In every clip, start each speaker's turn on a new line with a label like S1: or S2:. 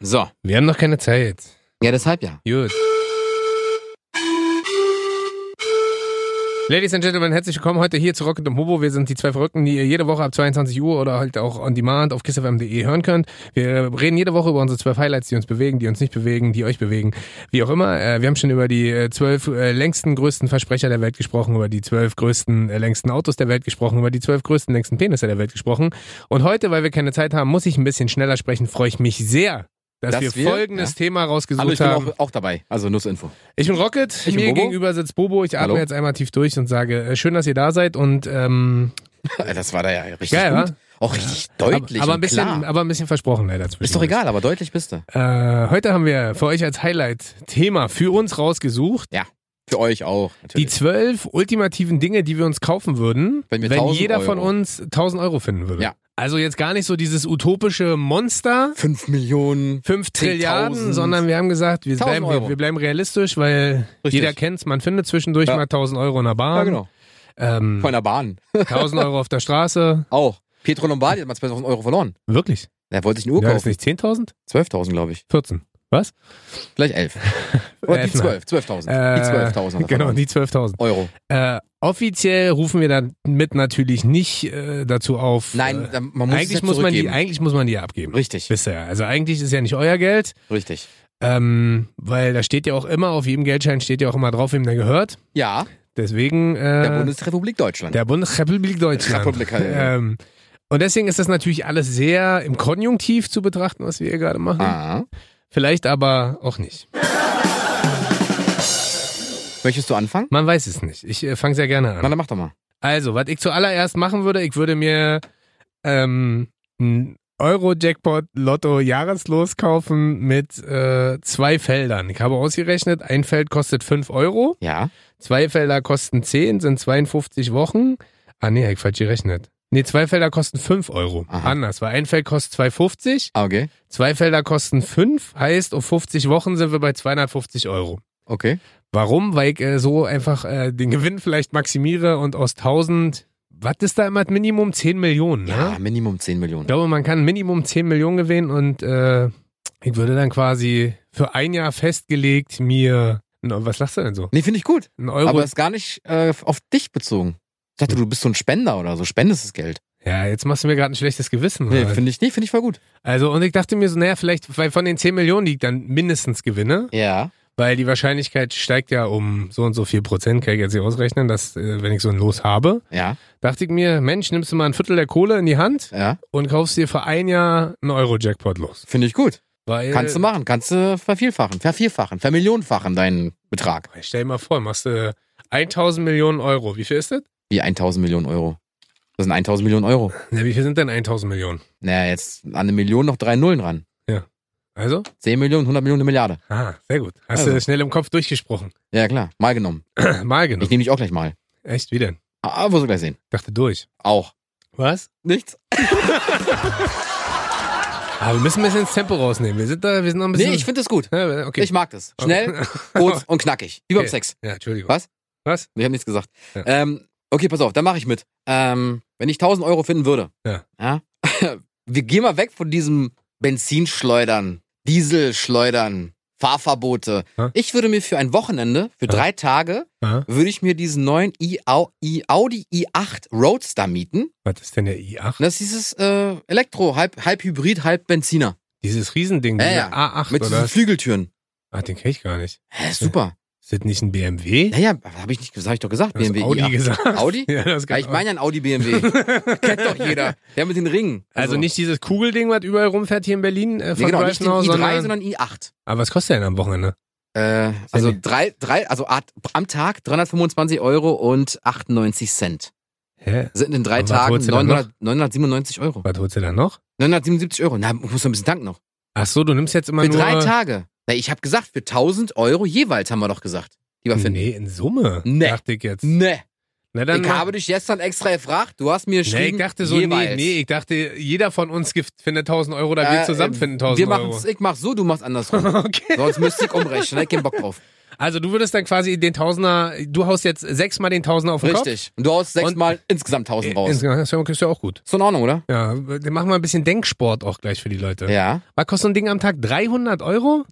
S1: So.
S2: Wir haben noch keine Zeit.
S1: Ja, deshalb ja.
S2: Gut. Ladies and Gentlemen, herzlich willkommen heute hier zu Rocket und Hobo. Wir sind die zwei Verrückten, die ihr jede Woche ab 22 Uhr oder halt auch on demand auf kissfm.de hören könnt. Wir reden jede Woche über unsere zwölf Highlights, die uns bewegen, die uns nicht bewegen, die euch bewegen. Wie auch immer, äh, wir haben schon über die äh, zwölf äh, längsten, größten Versprecher der Welt gesprochen, über die zwölf größten, äh, längsten Autos der Welt gesprochen, über die zwölf größten, längsten Penisse der Welt gesprochen. Und heute, weil wir keine Zeit haben, muss ich ein bisschen schneller sprechen, freue ich mich sehr, dass,
S1: Dass
S2: wir,
S1: wir-
S2: folgendes
S1: ja.
S2: Thema rausgesucht
S1: Hallo, ich bin
S2: haben.
S1: auch, auch dabei. Also Nussinfo.
S2: Ich bin Rocket,
S1: Ich bin
S2: mir
S1: Bobo.
S2: gegenüber sitzt Bobo. Ich atme
S1: Hallo.
S2: jetzt einmal tief durch und sage, äh, schön, dass ihr da seid und ähm,
S1: Das war da ja richtig
S2: Geil, wa?
S1: gut. Auch richtig deutlich
S2: ab- aber, ein
S1: und
S2: bisschen,
S1: klar.
S2: aber ein bisschen versprochen leider.
S1: ist doch egal, aber deutlich bist du.
S2: Äh, heute haben wir für euch als Highlight Thema für uns rausgesucht.
S1: Für euch auch.
S2: Die
S1: Natürlich.
S2: zwölf ultimativen Dinge, die wir uns kaufen würden,
S1: Wenn wir 1000
S2: jeder von
S1: Euro.
S2: uns 1000 Euro finden würde.
S1: Ja.
S2: Also jetzt gar nicht so dieses utopische Monster,
S1: 5 Millionen.
S2: 5 Trilliarden,
S1: 10.000.
S2: sondern wir haben gesagt, wir
S1: 1000
S2: bleiben,
S1: Euro.
S2: wir bleiben realistisch, weil
S1: Richtig.
S2: jeder kennt's, man findet zwischendurch
S1: Ja.
S2: mal 1000 Euro in der Bahn.
S1: Ja, genau.
S2: Ähm,
S1: Von der Bahn.
S2: 1000 Euro auf der Straße.
S1: Auch. Pietro Lombardi hat mal 2000 Euro verloren.
S2: Wirklich?
S1: Er wollte sich eine Uhr
S2: Ja, ist
S1: kaufen.
S2: nicht 10.000?
S1: 12.000, glaube ich.
S2: 14. Was?
S1: Vielleicht 11. Oder die
S2: Elf, nein.
S1: 12. 12.000.
S2: Äh,
S1: die 12.000. hat er
S2: Genau,
S1: verloren.
S2: die 12.000.
S1: Euro.
S2: Äh, offiziell rufen wir damit natürlich nicht äh, dazu auf.
S1: Nein,
S2: äh,
S1: da- man muss es
S2: eigentlich,
S1: ja
S2: muss man die,
S1: zurückgeben.
S2: eigentlich muss man die ja abgeben.
S1: Richtig,
S2: Wisst ihr ja. Also eigentlich ist ja nicht euer Geld,
S1: richtig.
S2: ähm, weil da steht ja auch immer, auf jedem Geldschein steht ja auch immer drauf, wem der gehört.
S1: Ja,
S2: Deswegen äh,
S1: der Bundesrepublik Deutschland.
S2: der Bundesrepublik Deutschland.
S1: Republik halt.
S2: ähm, und deswegen ist das natürlich alles sehr im Konjunktiv zu betrachten, was wir hier gerade machen.
S1: ah.
S2: Vielleicht aber auch nicht.
S1: Möchtest du anfangen?
S2: Man weiß es nicht. Ich äh, fange sehr gerne
S1: Na,
S2: an.
S1: dann mach doch mal.
S2: Also, was ich zuallererst machen würde, ich würde mir ähm, ein Euro-Jackpot-Lotto-Jahreslos kaufen mit äh, zwei Feldern. Ich habe ausgerechnet, ein Feld kostet 5 Euro,
S1: Ja.
S2: zwei Felder kosten 10, sind 52 Wochen. Ah nee, hab ich falsch gerechnet. Nee, zwei Felder kosten 5 Euro.
S1: Aha.
S2: Anders, weil ein Feld kostet 2,50,
S1: Ah, okay.
S2: zwei Felder kosten 5, heißt auf 50 Wochen sind wir bei 250 Euro.
S1: Okay.
S2: Warum? Weil ich äh, so einfach äh, den Gewinn vielleicht maximiere und aus 1000, was ist da immer das Minimum? 10 Millionen, ne?
S1: Ja, Minimum 10
S2: Ich
S1: Millionen.
S2: glaube, man kann Minimum 10 Millionen gewinnen und äh, ich würde dann quasi für ein Jahr festgelegt mir, na, was lachst du denn so?
S1: Nee, finde ich gut.
S2: Ein Euro?
S1: Aber das ist gar nicht äh, auf dich bezogen. Ich dachte, du bist so ein Spender oder so, spendest das Geld.
S2: ja, jetzt machst du mir gerade ein schlechtes Gewissen.
S1: Nee,
S2: oder?
S1: finde ich, nee, finde ich voll gut.
S2: also und ich dachte mir so, naja, vielleicht weil von den 10 Millionen, die ich dann mindestens gewinne,
S1: Ja.
S2: weil die Wahrscheinlichkeit steigt ja um so und so viel Prozent, kann ich jetzt nicht ausrechnen, dass äh, wenn ich so ein Los habe,
S1: Ja.
S2: dachte ich mir, Mensch, nimmst du mal ein Viertel der Kohle in die Hand
S1: Ja.
S2: und kaufst dir für ein Jahr einen Euro-Jackpot los.
S1: Finde ich gut.
S2: Weil,
S1: Kannst du machen. Kannst du vervielfachen, vervierfachen, vermillionfachen deinen Betrag.
S2: Stell dir mal vor, machst du 1000 Millionen Euro. Wie viel ist das?
S1: Wie 1000 Millionen Euro. Das sind 1000 Millionen Euro.
S2: Na, wie viel sind denn 1000 Millionen?
S1: Naja, jetzt an eine Million noch drei Nullen ran.
S2: Also?
S1: 10 Millionen, 100 Millionen, eine Milliarde.
S2: Ah, sehr gut. Hast
S1: Also.
S2: du schnell im Kopf durchgesprochen.
S1: Ja, klar. Mal genommen.
S2: Mal
S1: Ich
S2: genommen.
S1: nehme dich auch gleich mal.
S2: Echt, wie denn?
S1: Aber wirst du gleich sehen.
S2: Dachte durch.
S1: Auch.
S2: Was?
S1: Nichts.
S2: Aber Ah, wir müssen ein bisschen das Tempo rausnehmen. Wir sind da, wir sind noch ein bisschen.
S1: Nee, ich finde es gut.
S2: Ja, okay.
S1: Ich mag das. Schnell,
S2: Okay.
S1: kurz und knackig. um Wie beim
S2: Okay.
S1: Sex.
S2: Ja, Entschuldigung.
S1: Was?
S2: Was?
S1: Ich habe nichts gesagt.
S2: Ja.
S1: Ähm, okay, pass auf, da mache ich mit. Ähm, wenn ich 1000 Euro finden würde,
S2: Ja.
S1: wir gehen mal weg von diesem Benzinschleudern, Dieselschleudern, Fahrverbote.
S2: Ja.
S1: Ich würde mir für ein Wochenende, für
S2: Ja.
S1: drei Tage,
S2: Aha.
S1: würde ich mir diesen neuen i Au- i Audi i8 Roadster mieten.
S2: Was ist denn der i8?
S1: Und das ist dieses äh, Elektro, halb, halb Hybrid, halb Benziner.
S2: Dieses Riesending,
S1: Ja,
S2: dieser
S1: ja.
S2: A8
S1: mit
S2: oder?
S1: diesen
S2: was?
S1: Flügeltüren.
S2: Ach, den kenn ich gar nicht.
S1: Hä, super.
S2: Ist das nicht ein BMW?
S1: Naja, habe ich nicht gesagt, habe ich doch gesagt,
S2: Du hast
S1: BMW
S2: Audi
S1: i8.
S2: gesagt.
S1: Audi?
S2: Ja, das
S1: Ja,
S2: kann
S1: ich meine ja ein Audi BMW. Kennt doch jeder. Der mit den Ringen.
S2: Also nicht dieses Kugelding, was überall rumfährt hier in Berlin äh,
S1: nee,
S2: von
S1: genau, nicht den
S2: Greifenau,
S1: i3, sondern,
S2: sondern,
S1: i8.
S2: Aber was kostet der denn am Wochenende?
S1: Äh, also
S2: nicht-
S1: drei, drei, also at- am Tag 325 Euro und 98 Cent.
S2: Hä?
S1: Sind in drei
S2: Und was
S1: Tagen
S2: holst du dann
S1: 900, 997 Euro.
S2: Was holst du da noch?
S1: 977 Euro. Na, muss noch ein bisschen tanken noch.
S2: Ach so, du nimmst jetzt immer
S1: Für
S2: nur.
S1: drei Tage. Na, ich habe gesagt, für 1000 Euro jeweils haben wir doch gesagt. Lieber Finn.
S2: Nee, in Summe.
S1: Nee.
S2: Dachte ich jetzt.
S1: Nee.
S2: Na, dann
S1: Ich
S2: mach-
S1: habe dich gestern extra gefragt. Du hast mir
S2: nee,
S1: geschrieben,
S2: ich dachte so,
S1: jeweils.
S2: nee, nee, ich dachte, jeder von uns gibt, findet 1000 Euro oder wir
S1: Äh,
S2: zusammen finden
S1: wir
S2: 1000
S1: machen's,
S2: Euro.
S1: ich mach so, du machst andersrum.
S2: Okay.
S1: Sonst müsste ich umrechnen, da hab ich keinen Bock drauf.
S2: Also du würdest dann quasi den Tausender, du haust jetzt sechsmal den Tausender auf den
S1: Richtig. Und du haust sechsmal insgesamt
S2: Kopf.
S1: 1000
S2: Äh,
S1: raus.
S2: Insgesamt ist ja- ist ja auch gut.
S1: ist in Ordnung, oder?
S2: Ja, dann machen wir ein bisschen Denksport auch gleich für die Leute.
S1: Ja.
S2: Was kostet so ein Ding am Tag? 300 Euro?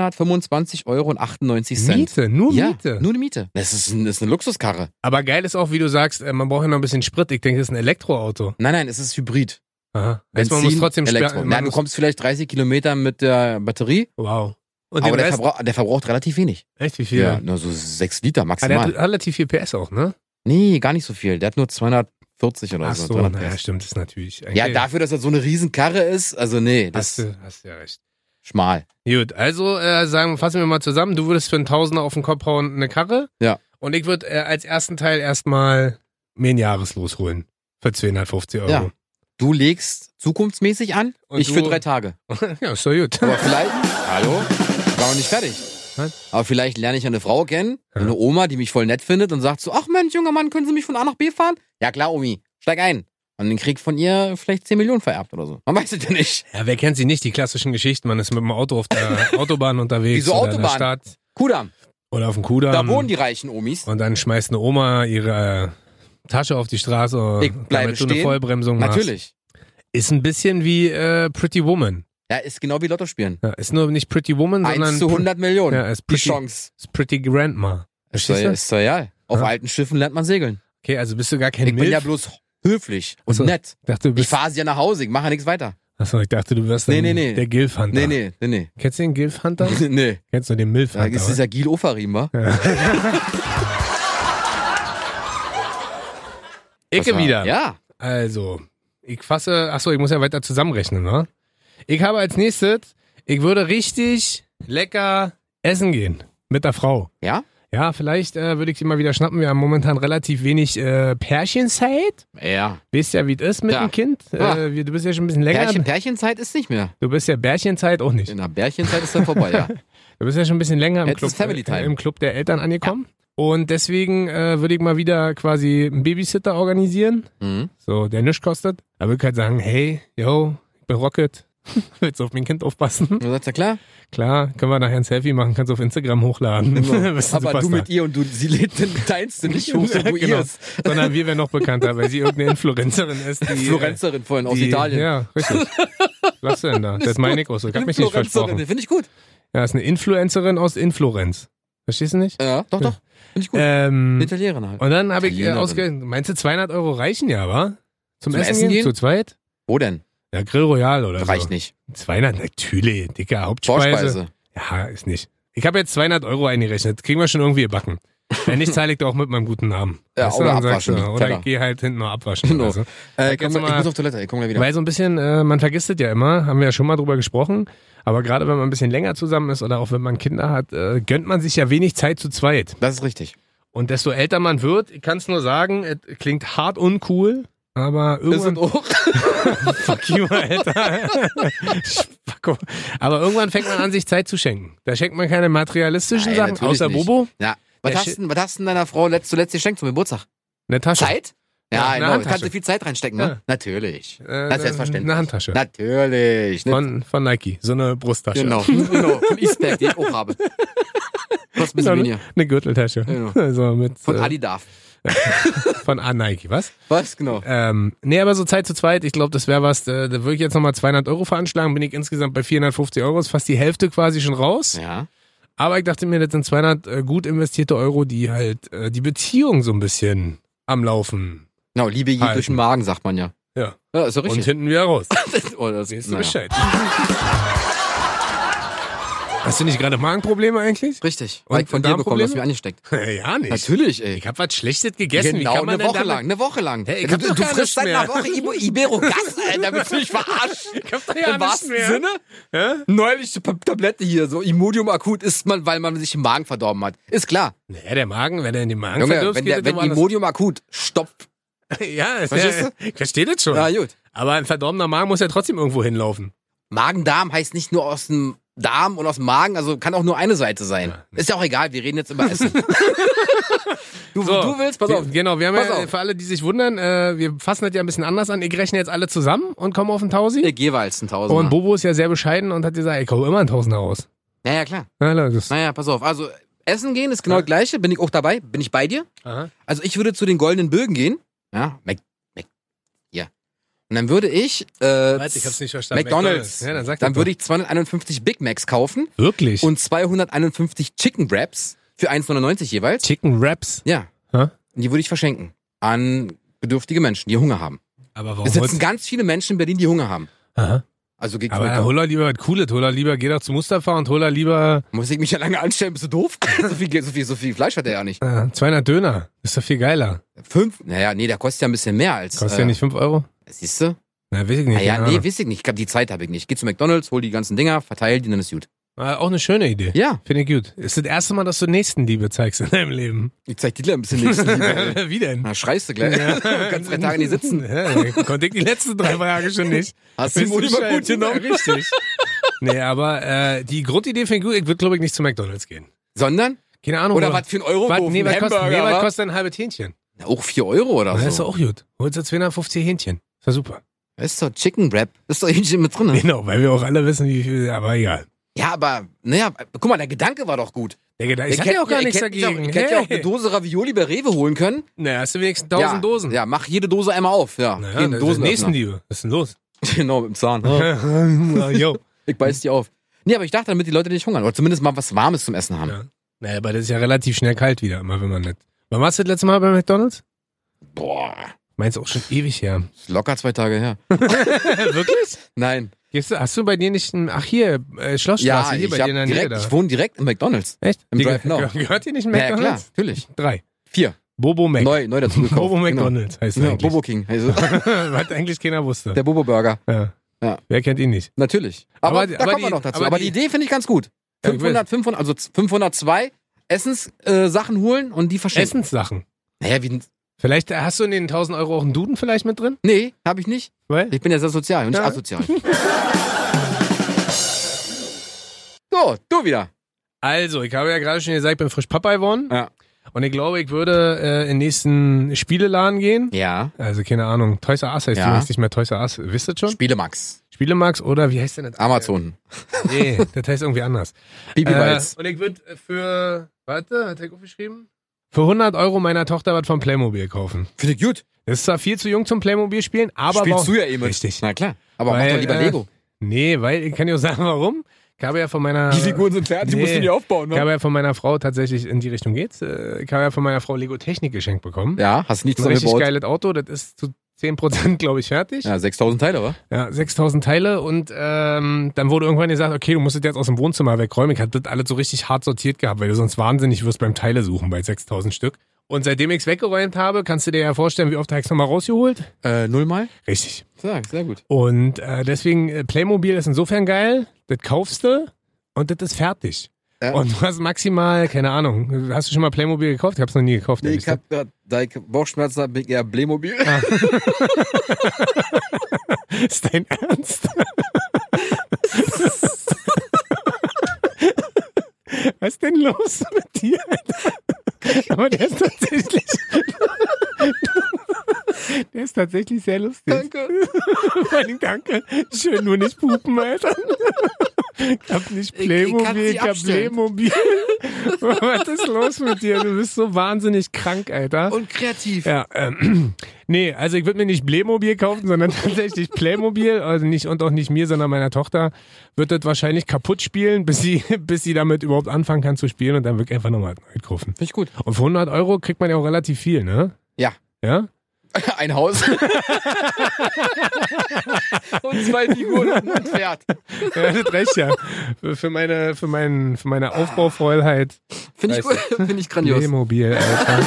S1: 325,98 Euro.
S2: Miete, nur
S1: ja,
S2: Miete.
S1: nur eine Miete. Das ist, ein, das ist eine Luxuskarre.
S2: Aber geil ist auch, wie du sagst, äh, man braucht ja noch ein bisschen Sprit. Ich denke, das ist ein Elektroauto.
S1: Nein, nein, es ist Hybrid.
S2: Aha. Jetzt man muss trotzdem sperren-
S1: Elektro.
S2: man
S1: Ja, du
S2: muss-
S1: kommst vielleicht 30 Kilometer mit der Batterie,
S2: Wow. Und
S1: aber
S2: den
S1: der,
S2: Rest,
S1: verbraucht, der verbraucht relativ wenig.
S2: echt wie viel? Ja.
S1: nur so 6 Liter
S2: Ah, der
S1: maximal.
S2: hat relativ viel PS auch, ne?
S1: nee, gar nicht so viel. Der hat nur 240 oder
S2: Ach
S1: so.
S2: so,
S1: 300
S2: naja,
S1: PS.
S2: stimmt, das ist natürlich.
S1: ja,
S2: eigentlich-
S1: dafür, dass das so eine Riesenkarre ist, also nee,
S2: Hast
S1: das ist
S2: du, hast du ja recht.
S1: schmal.
S2: Gut, also äh, sagen, fassen wir mal zusammen. Du würdest für einen Tausender auf den Kopf hauen eine Karre.
S1: Ja.
S2: Und ich würde äh, als ersten Teil erstmal mir ein Jahreslos holen. Für 250 Euro.
S1: Ja. Du legst zukunftsmäßig an,
S2: Und
S1: ich
S2: du-
S1: für drei Tage.
S2: ja ist doch gut.
S1: Aber vielleicht. Hallo? War noch nicht fertig.
S2: Was?
S1: Aber vielleicht lerne ich ja eine Frau kennen,
S2: Ja.
S1: eine Oma, die mich voll nett findet und sagt so, ach Mensch, junger Mann, können Sie mich von A nach B fahren? Ja klar, Omi, steig ein. Und den krieg von ihr vielleicht 10 Millionen vererbt oder so. Man weiß es ja nicht.
S2: Ja, wer kennt sie nicht? Die klassischen Geschichten. Man ist mit dem Auto auf der Autobahn unterwegs.
S1: Wieso
S2: oder
S1: Autobahn?
S2: In der Stadt
S1: Kudam,
S2: oder auf dem Kudamm.
S1: da wohnen die reichen Omis.
S2: Und dann schmeißt eine Oma ihre äh, Tasche auf die Straße, äh,
S1: Ich bleibe
S2: damit du eine
S1: stehen.
S2: Vollbremsung machst.
S1: Natürlich.
S2: Ist ein bisschen wie äh, Pretty Woman.
S1: Ja, ist genau wie Lotto spielen.
S2: Ja, ist nur nicht Pretty Woman,
S1: 1
S2: sondern
S1: zu 100 Millionen.
S2: Ja, ist
S1: die
S2: Pretty,
S1: Chance.
S2: ist pretty Grandma.
S1: Ist
S2: Verstehst du?
S1: royal. Ist royal. Auf
S2: Ja.
S1: alten Schiffen lernt man segeln.
S2: Okay, also bist du gar kein
S1: Ich bin
S2: Milf.
S1: ja bloß höflich und
S2: Achso.
S1: nett.
S2: Ich dachte, du
S1: Ich
S2: bist,
S1: fahre sie ja nach Hause, ich mache ja nichts weiter.
S2: achso, ich dachte, du wärst dann
S1: Nee, nee, nee.
S2: der Gilf Hunter.
S1: Nee, nee, nee, nee.
S2: Kennst du den Gilf Hunter?
S1: nee.
S2: Kennst du den Milf
S1: Da
S2: Hunter?
S1: ist dieser Gil Ofarim, wa?
S2: oder? Icke
S1: Das war-
S2: wieder.
S1: Ja.
S2: Also, ich fasse, achso, ich muss ja weiter zusammenrechnen, ne? Ich habe als nächstes, ich würde richtig lecker essen gehen. Mit der Frau.
S1: Ja?
S2: Ja, vielleicht äh, würde ich die mal wieder schnappen. Wir haben momentan relativ wenig äh, Pärchenzeit.
S1: Ja.
S2: Weißt ja, wie es ist mit
S1: Ja.
S2: dem Kind.
S1: Ah.
S2: Äh, wir- du bist ja schon ein bisschen länger.
S1: Pärchen, Pärchenzeit ist nicht mehr.
S2: Du bist ja Bärchenzeit auch nicht.
S1: In der Bärchenzeit ist dann vorbei, ja.
S2: Du bist ja schon ein bisschen länger im
S1: Jetzt
S2: Club,
S1: ist Family Time.
S2: äh, im Club der Eltern angekommen. Und deswegen äh, würde ich mal wieder quasi einen Babysitter organisieren,
S1: Mhm.
S2: so der nichts kostet. Da würde ich halt sagen, hey, yo, ich bin Rocket, willst du auf mein Kind aufpassen?
S1: Du sagst ja klar.
S2: Klar, können wir nachher ein Selfie machen, kannst du auf Instagram hochladen. Bist ein
S1: Aber Genau. du
S2: Superstar.
S1: mit ihr und du sie lädt den teilst du nicht hoch, sondern du
S2: Genau.
S1: ihr ist.
S2: Sondern wir wären noch bekannter, weil sie irgendeine Influencerin ist. Die, äh,
S1: Florenzerin vorhin aus
S2: die,
S1: Italien.
S2: Ja, richtig. Was denn da? Das meine ich auch so. Ich hab mich nicht versprochen.
S1: Finde ich gut.
S2: Ja, ist eine Influencerin aus Inflorenz. Verstehst du nicht?
S1: Ja, doch, doch. Finde ich gut.
S2: Ähm,
S1: Eine Italienerin halt.
S2: und dann habe ich äh,
S1: Italienerin.
S2: ausgerechnet, meinst du 200 Euro reichen ja, wa? Zum,
S1: Zum
S2: Essen,
S1: Essen
S2: gehen?
S1: gehen?
S2: Zu zweit?
S1: Wo denn?
S2: Ja, Grill Royal oder
S1: Reicht
S2: so.
S1: nicht.
S2: 200, natürlich, dicker Hauptspeise.
S1: Vorspeise. Äh,
S2: Ja, ist nicht. Ich habe jetzt 200 Euro eingerechnet. Kriegen wir schon irgendwie gebacken. Wenn nicht, zahle ich doch mit meinem guten Namen.
S1: Ja,
S2: du,
S1: oder
S2: dann sagst
S1: abwaschen,
S2: du,
S1: die
S2: Oder
S1: Teller.
S2: ich gehe halt hinten noch abwaschen.
S1: Genau.
S2: Oder so.
S1: Äh,
S2: Sag
S1: komm,
S2: jetzt
S1: ich
S2: mal-
S1: muss auf Toilette, ich komm gleich wieder.
S2: Weil so ein bisschen, äh, man vergisst es ja immer, haben wir ja schon mal drüber gesprochen, aber gerade wenn man ein bisschen länger zusammen ist oder auch wenn man Kinder hat, äh, gönnt man sich ja wenig Zeit zu zweit.
S1: Das ist richtig.
S2: Und desto älter man wird, ich kann es nur sagen, es klingt hart uncool, aber
S1: Das sind
S2: irgendwann...
S1: auch.
S2: Fuck you, Alter. Spacko. aber irgendwann fängt man an, sich Zeit zu schenken. Da schenkt man keine materialistischen
S1: Nein,
S2: Sachen,
S1: natürlich
S2: außer
S1: nicht.
S2: Bobo,
S1: Ja. Was
S2: Der
S1: hast,
S2: Shit-
S1: denn, was hast denn deiner Frau letzt, zuletzt geschenkt zum Geburtstag?
S2: eine Tasche.
S1: Zeit?
S2: Ja,
S1: Ja,
S2: eine
S1: genau. Da kannst
S2: Handtasche.
S1: du viel Zeit reinstecken, ne?
S2: Ja.
S1: Natürlich.
S2: Äh,
S1: Das ist selbstverständlich.
S2: Eine Handtasche.
S1: Natürlich. ne?
S2: Von, von Nike, so eine Brusttasche.
S1: Genau, genau. Von Eastpak, die ich auch habe. Kostet ein
S2: So
S1: bisschen
S2: eine,
S1: weniger.
S2: eine Gürteltasche.
S1: Genau.
S2: So mit,
S1: Von
S2: äh,
S1: Adidas.
S2: Von ah, Nike, was?
S1: Was genau?
S2: Ähm, nee, aber so Zeit zu zweit, ich glaube, das wäre was, äh, da würde ich jetzt nochmal 200 Euro veranschlagen, bin ich insgesamt bei 450 Euro, ist fast die Hälfte quasi schon raus.
S1: Ja.
S2: Aber ich dachte mir, das sind 200 äh, gut investierte Euro, die halt äh, die Beziehung so ein bisschen am Laufen.
S1: Genau, Liebe geht durch
S2: Halten.
S1: den Magen, sagt man ja.
S2: Ja.
S1: Ja, ist doch
S2: Und
S1: richtig.
S2: hinten wieder raus.
S1: oh, das,
S2: Siehst du
S1: naja.
S2: Bescheid. Hast du nicht gerade Magenprobleme eigentlich?
S1: Richtig.
S2: Und
S1: Weil ich von dir bekommen,
S2: Darmprobleme?
S1: dass mir angesteckt.
S2: ja, nicht.
S1: Natürlich, ey.
S2: Ich habe was Schlechtes gegessen.
S1: genau,
S2: Wie kann man
S1: eine
S2: denn
S1: Woche
S2: damit-
S1: lang, eine Woche lang.
S2: Hey, ich
S1: du
S2: hab
S1: du,
S2: doch gar
S1: frisst
S2: nichts
S1: seit
S2: mehr.
S1: einer Woche Ibo Iberogas, Alter, willst du mich verarschen?
S2: Ich hab doch
S1: Im
S2: ja nichts
S1: wahrsten
S2: mehr.
S1: Sinne? Neulich die P- Tablette hier, so Imodium akut isst man, weil man sich im Magen verdorben hat. Ist klar.
S2: Naja, der Magen, wenn er in den Magen
S1: Junge,
S2: verdirbst,
S1: wenn,
S2: geht
S1: der,
S2: um das
S1: wenn
S2: immer anders.
S1: Imodium akut stopft,
S2: Ja, ist
S1: Verstehst
S2: ja, ich verstehe das schon.
S1: na gut.
S2: Aber ein verdorbener Magen muss ja trotzdem irgendwo hinlaufen.
S1: Magen-Darm heißt nicht nur aus dem Darm und aus dem Magen, also kann auch nur eine Seite sein.
S2: Ja.
S1: Ist ja auch egal, wir reden jetzt über Essen. du, du willst, pass
S2: wir,
S1: auf.
S2: Genau, wir haben
S1: pass
S2: ja,
S1: auf.
S2: für alle, die sich wundern, äh, wir fassen das ja ein bisschen anders an. Ich rechne jetzt alle zusammen und komme auf einen Tausi.
S1: Ihr jeweils ein Tausender.
S2: Und Bobo ist ja sehr bescheiden und hat gesagt, ich hau immer einen Tausender raus.
S1: naja, klar.
S2: Na, Leute, das-
S1: Naja, pass auf. Also, Essen gehen ist genau
S2: Ja.
S1: das gleiche. Bin ich auch dabei? Bin ich bei dir?
S2: Aha.
S1: Also ich würde zu den goldenen Bögen gehen. Ja, Mac, Mac, ja. Und dann würde ich, äh,
S2: Warte, ich hab's nicht verstanden.
S1: McDonald's.
S2: Ja, dann sag
S1: dann
S2: doch.
S1: würde ich 251 Big Macs kaufen
S2: Wirklich?
S1: und 251 Chicken Wraps für 1,99 jeweils.
S2: Chicken Wraps?
S1: Ja.
S2: Hä?
S1: Und die würde ich verschenken an bedürftige Menschen, die Hunger haben.
S2: Aber warum
S1: Es sitzen
S2: holst
S1: ganz viele Menschen in Berlin, die Hunger haben.
S2: Aha.
S1: Also gegen
S2: Aber hol er lieber was Cooles, hol er lieber, geh doch zu Mustafa und hol er lieber
S1: muss ich mich ja lange anstellen, bist du doof? so, viel, so, viel, so viel Fleisch hat er ja nicht.
S2: äh, 200 Döner. Ist doch viel geiler.
S1: Fünf? Naja, nee, der kostet ja ein bisschen mehr als.
S2: Kostet ja nicht 5 Euro?
S1: Siehst du? Ah
S2: Na, weiß ich nicht.
S1: Äh. Ja, ja,
S2: keine
S1: nee,
S2: Ahnung.
S1: weiß ich nicht. Ich glaube, die Zeit habe ich nicht. Geh zu McDonalds, hol die ganzen Dinger, verteil die, dann ist gut.
S2: Ah, auch eine schöne Idee.
S1: Ja,
S2: Finde ich gut. Ist das erste Mal, dass du Nächstenliebe zeigst in deinem Leben.
S1: ich zeig dir gleich ein bisschen nächsten.
S2: Wie denn?
S1: Na, schreist du gleich. Ja. Kannst drei Tage nicht sitzen.
S2: Ja, konnte ich die letzten drei Tage schon nicht.
S1: Hast du die Modi mal gut genommen?
S2: Richtig. Nee, aber äh, die Grundidee finde ich gut. Ich würde, glaube ich, nicht zu McDonalds gehen.
S1: Sondern?
S2: Keine Ahnung.
S1: Oder was für ein Euro?
S2: Oh. was,
S1: Kurven,
S2: nee, was kostet, nee,
S1: Hamburger,
S2: was
S1: wa?
S2: kostet ein halbes Hähnchen?
S1: Na, Auch 4 Euro oder
S2: Das ist
S1: so.
S2: doch auch gut. Holst du 250 Hähnchen. Ist ja super.
S1: Das ist doch Chicken Wrap. Das ist doch irgendwie mit drin.
S2: Genau, weil wir auch alle wissen, wie viel, aber egal.
S1: Ja, aber, naja, guck mal, der Gedanke war doch gut.
S2: Der Gedanke, ich
S1: Ihr
S2: hatte ja
S1: kennt-
S2: auch gar
S1: ihr
S2: nichts
S1: kennt mich
S2: dagegen.
S1: Auch, ich hätte ja auch
S2: Hey.
S1: eine Dose Ravioli bei Rewe holen können.
S2: Na, hast du wenigstens 1000
S1: ja,
S2: Dosen.
S1: Ja, mach jede Dose einmal auf. Ja,
S2: Na,
S1: jeden
S2: das ist
S1: Dosenöffner.
S2: Nächstenliebe. Was ist denn los?
S1: Genau, mit dem Zahn.
S2: Ja, Jo.
S1: Ich beiß die auf. Nee, aber ich dachte, damit die Leute nicht hungern. Oder zumindest mal was Warmes zum Essen haben.
S2: Ja. Naja, aber das ist ja relativ schnell kalt wieder, immer wenn man nicht. Wann warst du das letzte Mal bei McDonalds?
S1: Boah,
S2: Meinst du auch schon ewig her?
S1: ist locker zwei Tage her.
S2: Wirklich?
S1: Nein.
S2: Gehst du, hast du bei dir nicht einen, ach hier, äh, Schlossstraße,
S1: Ja,
S2: hier
S1: ich,
S2: bei
S1: hab
S2: dir in der Nähe
S1: direkt,
S2: da.
S1: ich wohne direkt im McDonalds.
S2: Echt?
S1: im
S2: Die
S1: Drive
S2: geh-
S1: Now.
S2: gehört dir nicht ein
S1: Ja, klar,
S2: McDonalds?
S1: natürlich.
S2: Drei.
S1: Vier.
S2: Bobo Mac.
S1: Neu, neu dazu gekauft.
S2: Bobo McDonalds heißt er
S1: Genau. Ja,
S2: eigentlich.
S1: Bobo King. Also,
S2: Was eigentlich keiner wusste.
S1: der Bobo Burger.
S2: ja.
S1: Ja.
S2: Wer kennt ihn nicht?
S1: Natürlich. Aber,
S2: Aber-
S1: da
S2: aber
S1: kommen wir
S2: die-
S1: noch dazu.
S2: aber
S1: Aber, die
S2: die-
S1: Idee finde ich ganz gut.
S2: Ja, ich
S1: 500, 500, also z- 502 Essenssachen äh, Sachen holen und die verschenken.
S2: Essenssachen.
S1: Naja, wie,
S2: Vielleicht äh, hast du in den 1000 Euro auch einen Duden vielleicht mit drin?
S1: nee, habe ich nicht.
S2: Weil?
S1: Ich bin ja sehr sozial und nicht
S2: Ja.
S1: asozial. so, du wieder.
S2: Also, ich habe ja gerade schon gesagt, ich bin frisch Papa geworden.
S1: Ja.
S2: Und ich glaube, ich würde äh, in den nächsten Spieleladen gehen.
S1: Ja.
S2: Also, keine Ahnung. Toys R Us heißt
S1: Ja.
S2: die übrigens nicht mehr Toys R Us. Wisst ihr schon?
S1: Spielemax.
S2: Spielemax oder wie heißt denn das?
S1: Amazon.
S2: Nee, das heißt irgendwie anders.
S1: Äh, Bibi
S2: Äh,
S1: Walz.
S2: und ich würde für, warte, hat er aufgeschrieben? Für 100 Euro meiner Tochter was vom Playmobil kaufen.
S1: Finde ich gut.
S2: Das ist zwar viel zu jung zum Playmobil spielen, aber
S1: Spielst
S2: warum-
S1: du ja eh mit.
S2: Richtig.
S1: Na klar. Aber
S2: Weil,
S1: mach doch lieber
S2: äh,
S1: Lego.
S2: Nee, weil ich kann ja auch sagen, warum. Ich habe ja von meiner
S1: sind fertig,
S2: äh, nee.
S1: aufbauen, ne?
S2: Ich habe ja von meiner Frau tatsächlich in die Richtung geht's. äh, Ich habe ja von meiner Frau Lego Technik geschenkt bekommen.
S1: Ja, hast nichts
S2: ein richtig
S1: zusammengebaut.
S2: geiles Auto, das ist zu 10% glaube ich fertig. Ja,
S1: Ja, 6000 Teile, wa?
S2: 6000 Teile und ähm, dann wurde irgendwann gesagt, okay, du musst das jetzt aus dem Wohnzimmer wegräumen. Ich hatte das alles so richtig hart sortiert gehabt, weil du sonst wahnsinnig wirst beim Teile suchen bei 6000 Stück. Und seitdem ich es weggeräumt habe, kannst du dir ja vorstellen, wie oft habe ich es nochmal rausgeholt?
S1: Äh, null mal?
S2: Richtig.
S1: Ja, sehr gut.
S2: Und äh, deswegen, äh, Playmobil ist insofern geil, das kaufst du und das ist fertig.
S1: Ja.
S2: Und du hast maximal, keine Ahnung, hast du schon mal Playmobil gekauft? Ich hab's noch nie gekauft.
S1: Nee,
S2: ehrlich
S1: ich hab grad, da ich Bauchschmerzen hab, bin ich eher Blähmobil.
S2: gesagt. Ist dein Ernst? Was ist denn los mit dir? Alter? Aber der ist tatsächlich... Der ist tatsächlich sehr lustig.
S1: Danke.
S2: Vor allem danke. Schön, nur nicht pupen, Alter. Ich hab
S1: Ich- ich
S2: nicht
S1: kann's
S2: Playmobil,
S1: nicht
S2: ich, hab
S1: abstellen.
S2: Playmobil. Was ist los mit dir? Du bist so wahnsinnig krank, Alter.
S1: Und kreativ.
S2: Ja, ähm, nee, also ich würde mir nicht Playmobil kaufen, sondern tatsächlich Playmobil, also nicht und auch nicht mir, sondern meiner Tochter, wird das wahrscheinlich kaputt spielen, bis sie, bis sie damit überhaupt anfangen kann zu spielen und dann wirklich einfach nochmal neu kaufen.
S1: Finde ich gut.
S2: Und für 100 Euro kriegt man ja auch relativ viel, ne?
S1: Ja.
S2: Ja?
S1: Ein Haus. und zwei Figuren und ein Pferd.
S2: Ja, das reicht ja. Für meine, für meinen, für meine Aufbaufreulheit.
S1: Finde ich gut. Finde ich grandios.
S2: Playmobil, Alter.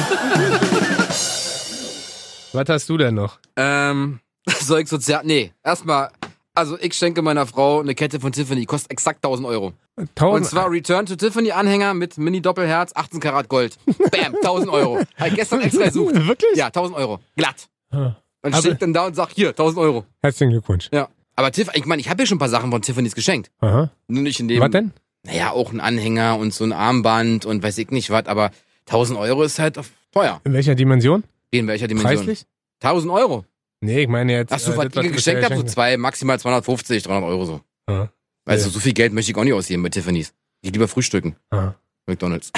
S2: Was hast du denn noch?
S1: Ähm, soll ich sozial. Nee, erstmal. Also, ich schenke meiner Frau eine Kette von Tiffany, kostet exakt 1000 Euro. Und
S2: Tausend.
S1: zwar Return to Tiffany Anhänger mit Mini-Doppelherz, 18 Karat Gold. Bam, 1000 Euro. Hab ich gestern extra gesucht.
S2: Wirklich?
S1: Ja, 1000 Euro. Glatt.
S2: Ah.
S1: Dann
S2: Aber-
S1: steht dann da und sagt, hier, 1000 Euro.
S2: Herzlichen Glückwunsch.
S1: Ja. Aber Tiff, ich meine, ich habe ja schon ein paar Sachen von Tiffany's geschenkt.
S2: Aha.
S1: Nur nicht in dem.
S2: Was denn?
S1: Naja, auch ein Anhänger und so ein Armband und weiß ich nicht was, aber 1000 Euro ist halt teuer.
S2: In welcher Dimension?
S1: In welcher Dimension?
S2: Preislich?
S1: 1000 Euro.
S2: Nee, ich meine jetzt.
S1: Ach so,
S2: äh,
S1: was
S2: das,
S1: ihr
S2: du
S1: geschenkt habt,
S2: bisher
S1: so zwei, maximal 250, 300 Euro so.
S2: hast.
S1: Also
S2: Ja. Ah,
S1: so viel Geld möchte ich auch nicht ausgeben bei Tiffany's. Ich lieber frühstücken.
S2: Aha. Aha.
S1: McDonalds.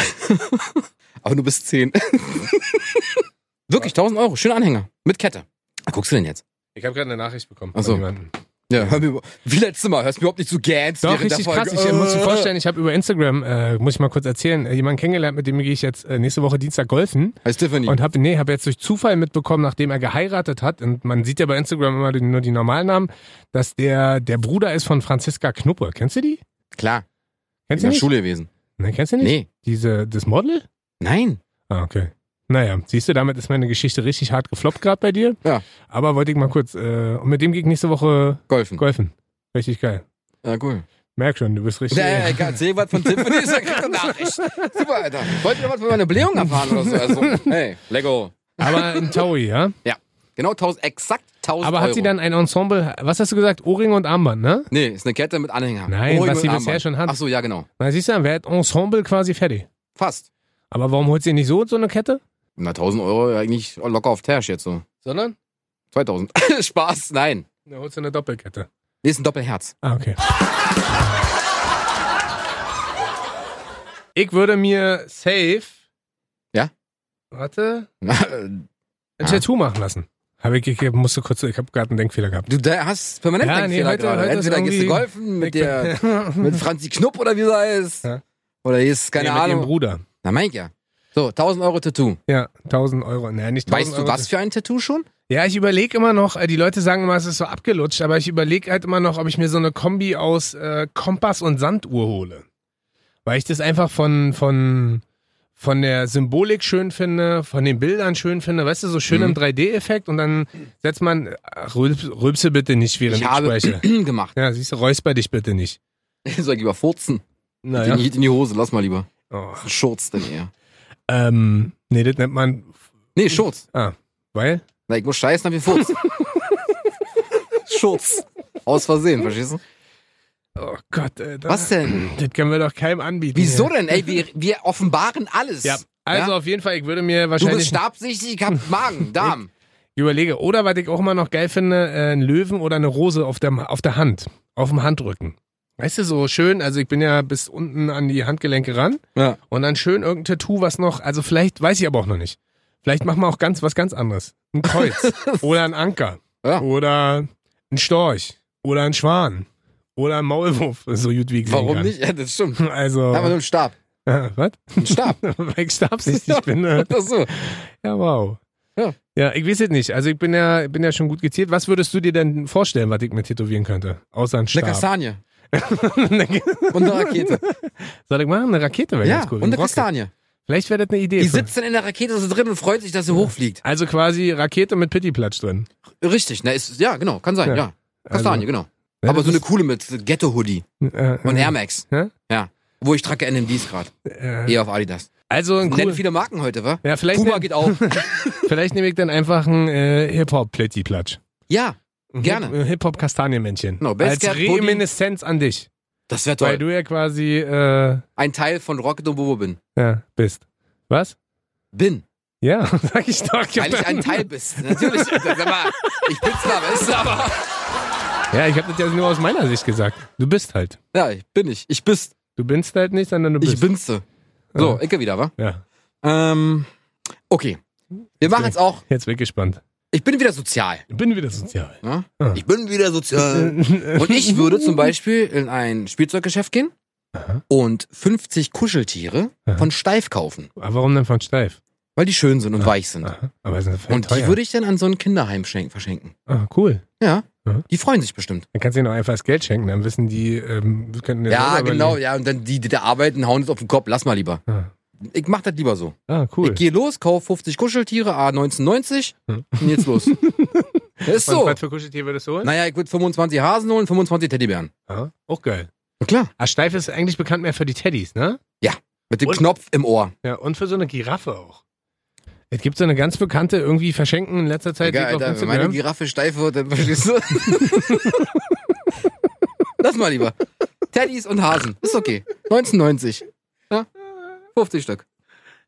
S1: Aber du bist 10. Wirklich, 1000 Euro. Schöner Anhänger. Mit Kette. Was guckst du denn jetzt?
S2: Ich habe gerade eine Nachricht bekommen
S1: Ach so.
S2: von jemandem.
S1: Ja, hör mir, wie letztes Mal. Hörst mir überhaupt nicht zu Gans.
S2: Doch,
S1: während der
S2: richtig
S1: Folge.
S2: krass. Ich äh, muss dir
S1: Äh.
S2: vorstellen, ich habe über Instagram, äh, muss ich mal kurz erzählen, äh, jemanden kennengelernt, mit dem gehe ich jetzt äh, nächste Woche Dienstag golfen.
S1: Äh, Heißt Tiffany.
S2: Und habe nee, hab jetzt durch Zufall mitbekommen, nachdem er geheiratet hat, und man sieht ja bei Instagram immer die, nur die Normalnamen, dass der, der Bruder ist von Franziska Knuppe. Kennst du die?
S1: Klar, in
S2: Kennst du
S1: der
S2: nicht?
S1: Schule gewesen.
S2: Nee, kennst du nicht?
S1: Nee,
S2: Diese, das Model?
S1: nein.
S2: Ah, okay. Naja, siehst du, damit ist meine Geschichte richtig hart gefloppt gerade bei dir.
S1: Ja.
S2: Aber wollte ich mal kurz, äh, und mit dem ging ich nächste Woche
S1: Golfen.
S2: golfen. Richtig geil.
S1: Ja, cool.
S2: Merk schon, du bist richtig.
S1: Ja, ja, egal. Erzähl was von Tiffany, ist dann kriegt er Nachricht. Super, Alter. Wollt ihr noch was von meiner Blähung erfahren oder so? Also, hey, Lego.
S2: Aber ein Taui, ja?
S1: Genau 1000, exakt 1000
S2: Aber
S1: Euro.
S2: hat sie dann ein Ensemble, was hast du gesagt? Ohrring und Armband, ne?
S1: Nee, ist eine Kette mit Anhänger. Oh,
S2: Nein,
S1: Ohrring
S2: was
S1: und
S2: sie bisher
S1: Armband.
S2: schon hat.
S1: Ach so, ja, genau.
S2: Na, siehst du, wäre Ensemble quasi fertig.
S1: Fast.
S2: Aber warum holt sie nicht so so eine Kette?
S1: Na, 1000 Euro eigentlich locker auf Tash jetzt so.
S2: Sondern?
S1: 2000. Spaß, nein.
S2: Da holst du eine Doppelkette.
S1: Nee, ist ein Doppelherz.
S2: Ah, okay. Ich würde mir safe.
S1: Ja?
S2: Warte.
S1: du
S2: Ein
S1: Ah.
S2: Tattoo machen lassen. Habe ich, ich musste kurz, ich habe gerade einen Denkfehler gehabt.
S1: da hast permanent
S2: Ja,
S1: einen
S2: nee,
S1: Fehler
S2: heute-
S1: gerade.
S2: heute ist
S1: Entweder gehst du
S2: irgendwie-
S1: golfen mit
S2: Ich bin-
S1: der, mit Franzi Knupp oder wie sie heißt.
S2: Ja.
S1: Oder hier ist, keine
S2: nee, Mit ihrem
S1: Ahnung.
S2: Bruder.
S1: Na, mein ich ja. So, 1000 Euro Tattoo.
S2: Ja, 1000 Euro. Naja, nicht 1000
S1: Weißt du,
S2: Euro.
S1: was für ein Tattoo schon?
S2: Ja, ich überlege immer noch, äh, die Leute sagen immer, es ist so abgelutscht, aber ich überlege halt immer noch, ob ich mir so eine Kombi aus äh, Kompass und Sanduhr hole. Weil ich das einfach von, von, von der Symbolik schön finde, von den Bildern schön finde, weißt du, so schön
S1: Mhm.
S2: im 3D-Effekt und dann setzt man, ach, rülps, rülpse bitte nicht, während ich,
S1: ich habe
S2: spreche.
S1: gemacht.
S2: Ja, siehst du, räusper dich bitte nicht.
S1: Soll ich lieber furzen?
S2: Naja.
S1: Den geht in die Hose, lass mal lieber.
S2: Oh.
S1: Schurz denn eher.
S2: Ähm, nee, das nennt man,
S1: Nee, Schurz.
S2: ah, weil?
S1: Na, ich muss scheißen, hab ich furzt. Schurz. Aus Versehen, verstehst du?
S2: Oh Gott, ey, da-
S1: Was denn?
S2: Das können wir doch keinem anbieten.
S1: Wieso
S2: hier.
S1: denn? Ey, wir, wir offenbaren alles.
S2: Ja, also
S1: Ja?
S2: auf jeden Fall, ich würde mir
S1: Du
S2: wahrscheinlich...
S1: bist stabsichtig, ich hab Magen, Darm.
S2: Ich überlege. Oder was ich auch immer noch geil finde, äh, einen Löwen oder eine Rose auf der, auf der Hand. Auf dem Handrücken. Weißt du, so schön, also ich bin ja bis unten an die Handgelenke ran
S1: Ja.
S2: und dann schön irgendein Tattoo, was noch, also vielleicht, weiß ich aber auch noch nicht. Vielleicht machen wir auch ganz was ganz anderes. Ein Kreuz oder ein Anker
S1: Ja.
S2: oder ein Storch oder ein Schwan oder ein Maulwurf, so gut wie ich sehen
S1: Warum
S2: kann.
S1: nicht? Ja, das stimmt.
S2: Also,
S1: Einfach nur einen Stab.
S2: äh, was?
S1: Ein Stab.
S2: Weil ich stabsichtig bin. Äh,
S1: Das so.
S2: ja, wow.
S1: Ja.
S2: ja, ich weiß es nicht. Also ich bin ja, bin ja schon gut gezielt. Was würdest du dir denn vorstellen, was ich mir tätowieren könnte? Außer ein
S1: Eine
S2: Stab.
S1: Kastanie. Und eine Rakete.
S2: Soll ich machen? Eine Rakete wäre
S1: Ja,
S2: ganz cool.
S1: und eine
S2: Rocket.
S1: Kastanie.
S2: Vielleicht wäre das eine Idee.
S1: Die
S2: für-
S1: sitzt dann in der Rakete so drin und freut sich, dass sie hochfliegt.
S2: also quasi Rakete mit Pittiplatsch drin.
S1: Richtig, na, ist, ja, genau, kann sein,
S2: Ja. also, ne,
S1: ja. Kastanie, genau. Aber so eine coole mit Ghetto-Hoodie
S2: eine äh,
S1: und Air Max.
S2: Hä?
S1: Ja. Wo ich trage NMDs gerade.
S2: äh,
S1: Eher auf Adidas.
S2: Also ein
S1: Nennen
S2: cool,
S1: viele Marken heute, wa?
S2: ja, vielleicht,
S1: Puma
S2: ne,
S1: geht auch.
S2: vielleicht nehme ich dann einfach ein äh, Hip-Hop-Pittiplatsch.
S1: Ja,
S2: Ein
S1: Gerne.
S2: Hip- ein Hip-Hop-Kastanienmännchen.
S1: Genau,
S2: Als
S1: Basecap, Hoodie.
S2: Reminiszenz an dich.
S1: das wäre toll.
S2: Weil du ja quasi äh,
S1: Ein Teil von Rocket und Bobo bin.
S2: ja, bist. Was?
S1: Bin.
S2: Ja, sag ich doch. hab
S1: Weil ich ein
S2: dann-
S1: Teil bist. Natürlich. Sag mal, ich bin's da, weißt du, aber.
S2: Ja, ich habe das ja nur aus meiner Sicht gesagt. Du bist halt.
S1: Ja, ich bin ich. Ich bist.
S2: Du binst halt nicht, sondern du bist.
S1: Ich bin's. So,
S2: Ja.
S1: Ecke wieder, wa?
S2: Ja,
S1: Ähm, okay. Wir machen jetzt auch.
S2: jetzt bin ich gespannt.
S1: Ich bin wieder sozial.
S2: Ich bin wieder sozial.
S1: Ne?
S2: Ah.
S1: Ich bin wieder sozial. Äh, Und ich würde zum Beispiel in ein Spielzeuggeschäft gehen
S2: Aha.
S1: und 50 Kuscheltiere
S2: Aha.
S1: von Steif kaufen,
S2: Aber warum denn von steif?
S1: weil die schön
S2: Ah.
S1: sind und weich sind.
S2: Aha. Aber es ist
S1: Und die würde ich dann an so ein Kinderheim schenken, verschenken.
S2: Ah, cool.
S1: Ja,
S2: Aha.
S1: die freuen sich bestimmt.
S2: Dann kannst du ihnen auch einfach das Geld schenken, dann wissen die, ähm, wir könnten dir
S1: Ja,
S2: selber
S1: genau,
S2: überlegen.
S1: ja, und dann die, die da arbeiten, hauen es auf den Kopf, lass mal lieber.
S2: Ah.
S1: Ich mach das lieber so.
S2: Ah, cool.
S1: Ich gehe los, kaufe 50 Kuscheltiere, A 1990
S2: Hm.
S1: und jetzt los. das ist
S2: Und
S1: so.
S2: was für Kuscheltier würdest du holen?
S1: Naja, ich würde 25 Hasen holen, 25 Teddybären.
S2: Aha. Auch geil.
S1: Na klar.
S2: Ah, steif ist eigentlich bekannt mehr für die Teddys, ne?
S1: Mit dem
S2: Und-
S1: Knopf im Ohr.
S2: Ja, und für so eine Giraffe auch. Es gibt so eine ganz bekannte, irgendwie verschenken in letzter Zeit
S1: Egal,
S2: die auf
S1: Alter, wenn meine
S2: Instagram.
S1: Giraffe steif wird, dann verstehst du. lass mal lieber. Teddys und Hasen. Ist okay. 1990. Ja? 50 Stück.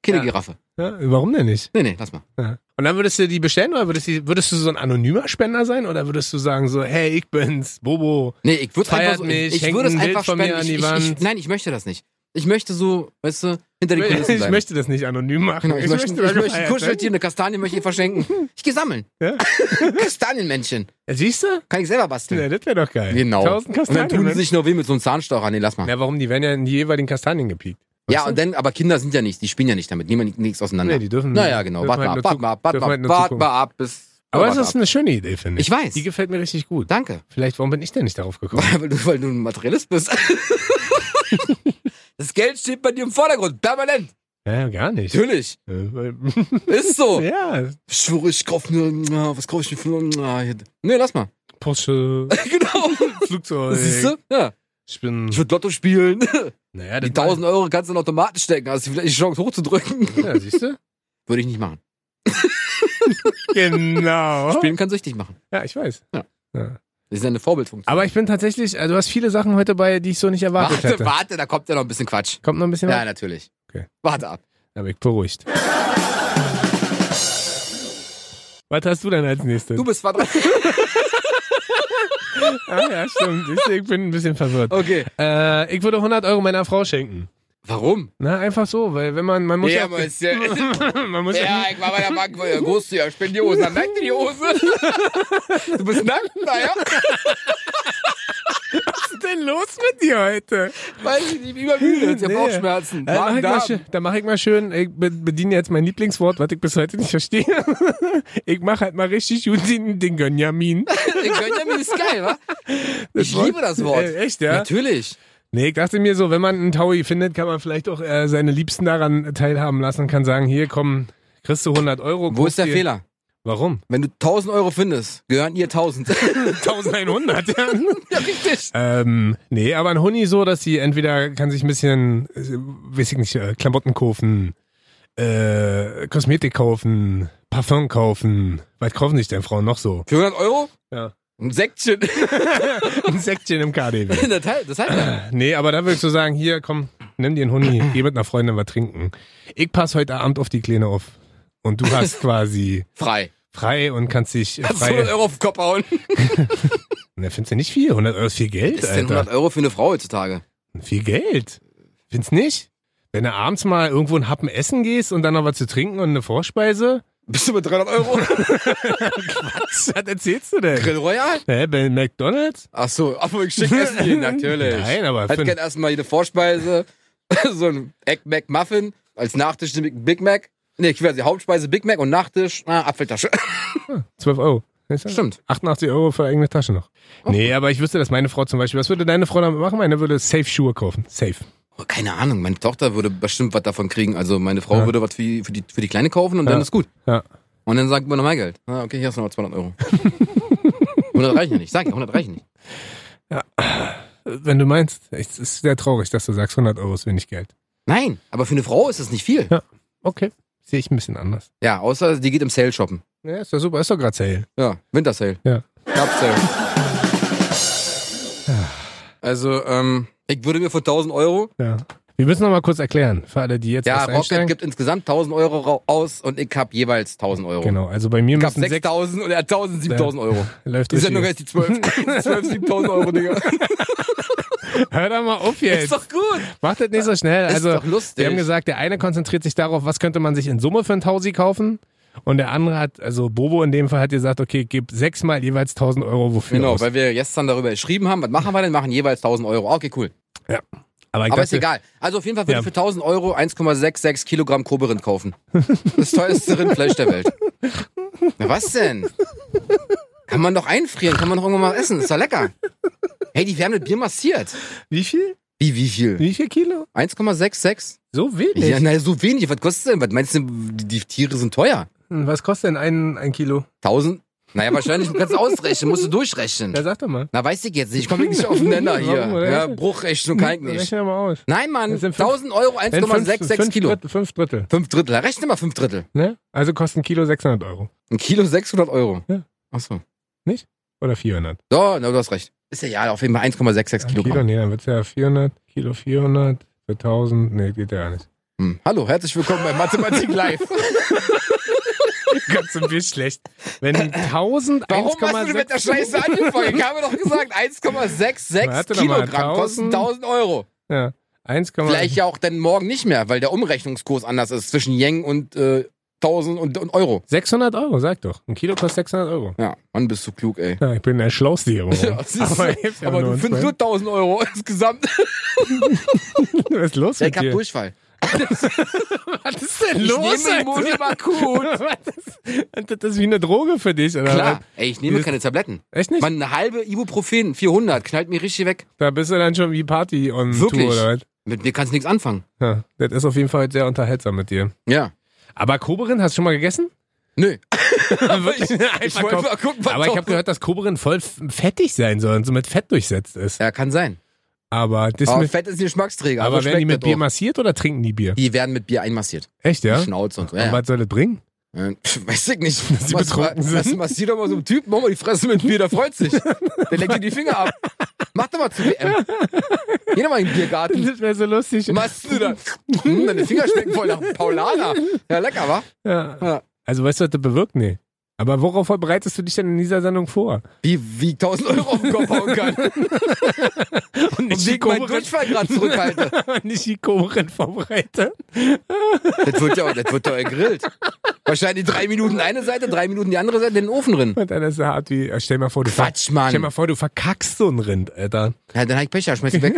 S1: Keine
S2: Ja.
S1: Giraffe.
S2: Ja, warum denn nicht?
S1: Nee, nee, lass mal.
S2: Ja. Und dann würdest du die bestellen oder würdest du, würdest du so ein anonymer Spender sein oder würdest du sagen so, hey, ich bin's, Bobo?
S1: Nee, ich würde
S2: Feiert
S1: einfach so,
S2: mich,
S1: ich, ich
S2: hängt
S1: würde es
S2: ein Bild
S1: einfach
S2: von mir
S1: spenden.
S2: an die
S1: ich, ich, ich,
S2: Wand.
S1: nein, ich möchte das nicht. Ich möchte so, weißt du, hinter den Kulissen
S2: Ich
S1: bleiben.
S2: möchte das nicht anonym machen.
S1: Genau, ich, möchte,
S2: da
S1: ich möchte ein
S2: gefeiert
S1: Kuscheltier, eine Kastanie möchte ich ihr verschenken. Ich gehe sammeln.
S2: werden.
S1: Kastanienmännchen.
S2: Ja? Siehst du?
S1: Kann ich selber basteln.
S2: Ja, das wäre doch geil.
S1: Genau.
S2: Tausend
S1: Und dann
S2: Kastanien.
S1: tun sie sich nur weh mit so einem Zahnstocher. Nee, lass mal.
S2: Ja, warum? Die werden ja in die jeweiligen Kastanien gepiekt. Weißt
S1: Ja,
S2: du?
S1: und dann, aber Kinder sind ja nicht, die spielen ja nicht damit. Niemand nichts auseinander.
S2: Nee, die dürfen
S1: naja, genau.
S2: dürfen
S1: Warte
S2: halt
S1: mal,
S2: nur
S1: warte
S2: zu-
S1: mal, warte
S2: dürfen halt
S1: mal,
S2: nur
S1: warte
S2: zugucken.
S1: mal ab. Bis,
S2: Aber es
S1: warte
S2: ist
S1: ab.
S2: eine schöne Idee, finde ich.
S1: Ich weiß.
S2: Die gefällt mir richtig gut.
S1: Danke.
S2: Vielleicht, warum bin ich denn nicht darauf gekommen?
S1: Weil du, weil du ein Materialist bist. das Geld steht bei dir im Vordergrund. Permanent.
S2: Ja, gar nicht.
S1: Natürlich.
S2: Äh, weil-
S1: Ist so.
S2: ja,
S1: Ich schwöre, ich kauf nur. na, Was kauf ich denn für. na, hier- Nee, lass mal.
S2: Porsche,
S1: genau.
S2: Flugzeug.
S1: Siehst du? Ja.
S2: Ich bin.
S1: Ich würde Lotto spielen.
S2: Naja,
S1: Die
S2: das-
S1: 1000 Euro kannst du in den Automaten stecken. Hast du vielleicht die Chance hochzudrücken?
S2: Ja, siehst du?
S1: Würde ich nicht machen.
S2: Genau.
S1: Spielen kann süchtig machen.
S2: Ja, ich weiß.
S1: Ja. Das ist ja eine Vorbildfunktion.
S2: Aber ich bin tatsächlich, also du hast viele Sachen heute bei, die ich so nicht erwartet
S1: Warte,
S2: hätte.
S1: warte, da kommt ja noch ein bisschen Quatsch.
S2: Kommt noch ein bisschen
S1: Ja,
S2: was?
S1: natürlich.
S2: Okay.
S1: Warte ab.
S2: Da bin ich beruhigt. Was hast du denn als nächstes?
S1: Du bist zwar dran.
S2: ah, ja, stimmt. Siehst du, Ich bin ein bisschen verwirrt.
S1: Okay.
S2: Äh, ich würde 100 Euro meiner Frau schenken.
S1: Warum?
S2: Na, einfach so, weil wenn man, man muss ja,
S1: Ja, aber ist ja-
S2: man muss ja,
S1: Ja, ich war bei der Bank, wo ihr groß zu ihr, ich bin die Hose. Dann merkt ihr die Hose. Du bist nackt, naja.
S2: was ist denn los mit dir heute?
S1: Weiß ich nicht, übermüde. Jetzt, ihr
S2: Nee.
S1: nee. Bauchschmerzen.
S2: Äh, mach ich mal
S1: Magen-Darm.
S2: schön, dann mache ich mal schön, ich be- bediene jetzt mein Lieblingswort, was ich bis heute nicht verstehe. ich mache halt mal richtig gut den, den Gönjamin.
S1: Benjamin ist geil, wa? Ich
S2: Wort-
S1: liebe das Wort.
S2: Äh, echt, ja?
S1: Natürlich.
S2: Nee, ich dachte mir so, wenn man einen Taui findet, kann man vielleicht auch äh, seine Liebsten daran teilhaben lassen und kann sagen, hier, komm, kriegst du 100 Euro.
S1: Wo ist
S2: guckst
S1: der
S2: dir-
S1: Fehler?
S2: Warum?
S1: Wenn du 1000 Euro findest, gehören ihr 1000.
S2: 1100, ja.
S1: ja, richtig.
S2: Ähm, nee, aber ein Huni so, dass sie entweder kann sich ein bisschen, äh, weiß ich nicht, äh, Klamotten kaufen, äh, Kosmetik kaufen, Parfum kaufen. Was kaufen sich denn Frauen noch so?
S1: Für 100 Euro?
S2: Ja.
S1: Ein Säckchen.
S2: Ein Säckchen im KDW.
S1: das heißt, das heißt ja.
S2: Nee, aber da würdest du sagen, hier, komm, nimm dir einen Huni, geh mit einer Freundin was trinken. Ich pass heute Abend auf die Kleine auf. Und du hast quasi
S1: frei.
S2: frei und kannst dich
S1: Kannst du 100
S2: frei...
S1: Euro auf den Kopf hauen.
S2: Na, findest du nicht viel? 100 Euro ist viel Geld,
S1: Ist denn
S2: Alter.
S1: 100 Euro für eine Frau heutzutage?
S2: Viel Geld. Findest nicht? Wenn du abends mal irgendwo einen Happen essen gehst und dann noch was zu trinken und eine Vorspeise?
S1: Bist du mit 300 Euro?
S2: Was erzählst du denn?
S1: Grill Royal?
S2: Hä, bei McDonalds?
S1: Ach so, aber ich schick essen gehen, natürlich.
S2: Nein, aber
S1: Hat
S2: für-
S1: gern erstmal jede Vorspeise, so ein Egg Mac Muffin, als Nachtisch den Big Mac. Nee, ich weiß die Hauptspeise Big Mac und Nachtisch, na, Apfeltasche.
S2: 12 Euro. Weißt du?
S1: Stimmt. Oh.
S2: 88 Euro für eigene Tasche noch. Nee, aber ich wüsste, dass meine Frau zum Beispiel, was würde deine Frau damit machen? Meine würde safe Schuhe kaufen. Safe.
S1: Oh, keine Ahnung, meine Tochter würde bestimmt was davon kriegen. Also meine Frau
S2: Ja.
S1: würde was für, für, die, für die Kleine kaufen und
S2: Ja.
S1: dann ist gut.
S2: Ja.
S1: Und dann sagt man noch mein Geld. Na, okay, hier hast du noch 200 Euro. 100 reichen ja nicht, sag ich, 100 reichen nicht.
S2: Wenn du meinst, es ist sehr traurig, dass du sagst, 100 Euro ist wenig Geld.
S1: Nein, aber für eine Frau ist das nicht viel.
S2: Okay. Sehe ich ein bisschen anders.
S1: Ja, außer die geht im Sale shoppen.
S2: Ja, ist doch super, ist doch gerade Sale.
S1: Ja, Wintersale.
S2: Ja.
S1: Herbstsale. Also, ähm, ich würde mir für 1000 Euro.
S2: Ja. Wir müssen noch mal kurz erklären, für alle, die jetzt
S1: Ja,
S2: erst einsteigen.
S1: Rocket gibt insgesamt 1000 Euro ra- aus und ich hab jeweils 1000 Euro.
S2: Genau, also bei mir
S1: Ich hab
S2: müssen sechs,
S1: 6000 und er hat 1000, 7000 Euro.
S2: läuft
S1: Die Sendung
S2: richtig.
S1: heißt die 12. 12, 7000 Euro, Digga.
S2: Hör doch mal auf jetzt.
S1: Ist doch gut.
S2: Macht das nicht so schnell.
S1: Ist
S2: Also,
S1: doch lustig.
S2: wir haben gesagt, der eine konzentriert sich darauf, was könnte man sich in Summe für ein Tausi kaufen. Und der andere hat, also Bobo in dem Fall hat gesagt, okay, gib sechsmal jeweils 1000 Euro wofür.
S1: Genau,
S2: aus.
S1: weil wir gestern darüber geschrieben haben, was machen wir denn? Machen jeweils 1000 Euro. Okay, cool.
S2: aber ich
S1: Aber
S2: dachte,
S1: ist egal. Also auf jeden Fall würde
S2: Ja.
S1: ich für 1000 Euro 1,66 Kilogramm Koberind kaufen. Das teuerste Rindfleisch der Welt. Na was denn? Kann man doch einfrieren, kann man doch irgendwann mal essen. Ist doch lecker. Hey, die werden mit Bier massiert.
S2: Wie viel?
S1: Wie, wie viel?
S2: Wie viel Kilo?
S1: 1,66?
S2: So wenig.
S1: Ja, ne- naja, so wenig. Was kostet denn? Was meinst du, die, die Tiere sind teuer?
S2: Hm, Was kostet denn ein, ein Kilo?
S1: 1000? Naja, wahrscheinlich kannst du ausrechnen, musst du durchrechnen.
S2: Ja, sag doch mal.
S1: Na, weiß ich jetzt nicht. Ich komme nicht auf den Nenner
S2: Warum,
S1: hier.
S2: oder?
S1: Ja, Bruchrechnung kann ich nicht.
S2: Rechne mal aus.
S1: Nein, Mann.
S2: Das sind fünf-
S1: 1000 Euro
S2: Wenn fünf-
S1: 1,66
S2: fünf
S1: Kilo.
S2: Drittel, fünf Drittel.
S1: Fünf Drittel. Rechne mal fünf Drittel.
S2: Ne? Also kostet ein Kilo 600 Euro.
S1: Ein Kilo 600 Euro.
S2: Ja.
S1: Achso.
S2: Oder 400.
S1: So, na, du hast recht. Ist ja egal, auf jeden Fall 1,66
S2: Ein Kilo,
S1: Kilogramm.
S2: nee, dann wird's ja 400. Kilo 400 für 1000. Nee, geht ja gar nicht.
S1: Hm. Hallo, herzlich willkommen bei Mathematik Live.
S2: Gott, sind wir schlecht. Wenn 1000
S1: Warum hast du denn mit der Scheiße angefangen? Ich habe doch gesagt, 1,66
S2: Warte doch mal,
S1: Kilogramm kosten
S2: 1000.
S1: 1000 Euro.
S2: Ja. 1,
S1: Vielleicht ja auch dann morgen nicht mehr, weil der Umrechnungskurs anders ist zwischen Yen und äh, 1000 und, und Euro.
S2: 600 Euro, sag doch. Ein Kilo kostet 600 Euro.
S1: Ja, Mann, bist du klug, ey.
S2: Ja, ich bin der Schlauste hier. oben.
S1: Ja, siehst du.
S2: ich hab's ja
S1: aber du
S2: uns
S1: findest nur
S2: beiden.
S1: 1000 Euro insgesamt.
S2: Was ist los
S1: Ja,
S2: mit
S1: ich hab
S2: dir?
S1: Durchfall.
S2: Was ist denn
S1: Ich nehme
S2: Alter?
S1: Immunimakut.
S2: Was ist- Das ist wie eine Droge für dich, oder?
S1: Klar, ey, ich nehme
S2: Dieses-
S1: keine Tabletten.
S2: Echt nicht?
S1: Mann, eine halbe Ibuprofen, 400, knallt mir richtig weg.
S2: Da bist du dann schon wie Party on
S1: Wirklich?
S2: Tour, oder was?
S1: Mit mir kannst du nichts anfangen.
S2: Ja, das ist auf jeden Fall heute sehr unterhaltsam mit dir.
S1: Ja.
S2: Aber Koberin, hast du schon mal gegessen?
S1: Nö.
S2: Wirklich?
S1: Ich
S2: Einfach
S1: wollte
S2: Kopf.
S1: mal gucken, was
S2: Aber ich
S1: da-
S2: habe gehört, dass Koberin voll f- fettig sein soll und so mit Fett durchsetzt ist.
S1: Ja, kann sein.
S2: Aber, das
S1: Aber
S2: mit,
S1: Fett ist ein Geschmacksträger.
S2: aber
S1: also
S2: werden die
S1: Ah, schmeckt
S2: mit
S1: das
S2: Bier
S1: auch.
S2: massiert oder trinken die Bier?
S1: Die werden mit Bier einmassiert.
S2: Echt, ja?
S1: Schnauze und so.
S2: Und
S1: Ja.
S2: was soll das bringen?
S1: Äh, pf, weiß ich nicht.
S2: sie
S1: Was-
S2: betrunken
S1: was-
S2: sind?
S1: was- Massier doch mal so einen Typen, mach mal die Fresse mit Bier, der freut sich. Der leckt dir die Finger ab. Mach doch mal zu WM. Geh doch mal in den Biergarten.
S2: Das wäre so lustig.
S1: Machst du da? Hm, deine Finger schmecken voll nach Paulaner. Ja, lecker, wa?
S2: Ja.
S1: Ja.
S2: Also weißt du, was das bewirkt? Nee. Aber worauf bereitest du dich denn in dieser Sendung vor?
S1: Wie, wie ich 1000 Euro auf den Kopf hauen kann.
S2: Und
S1: Und wegen meinen Durchfall gerade zurückhalte.
S2: nicht die Koberin vorbereite.
S1: Das wird ja, das wird ja gegrillt. Wahrscheinlich drei Minuten eine Seite, drei Minuten die andere Seite in den Ofen drin.
S2: Und dann ist so hart wie, stell mal vor, du ver-
S1: Quatsch, Mann.
S2: Stell mal vor, du verkackst so ein Rind, Alter.
S1: Ja, dann hab ich Pech, ja, schmeiß ich weg.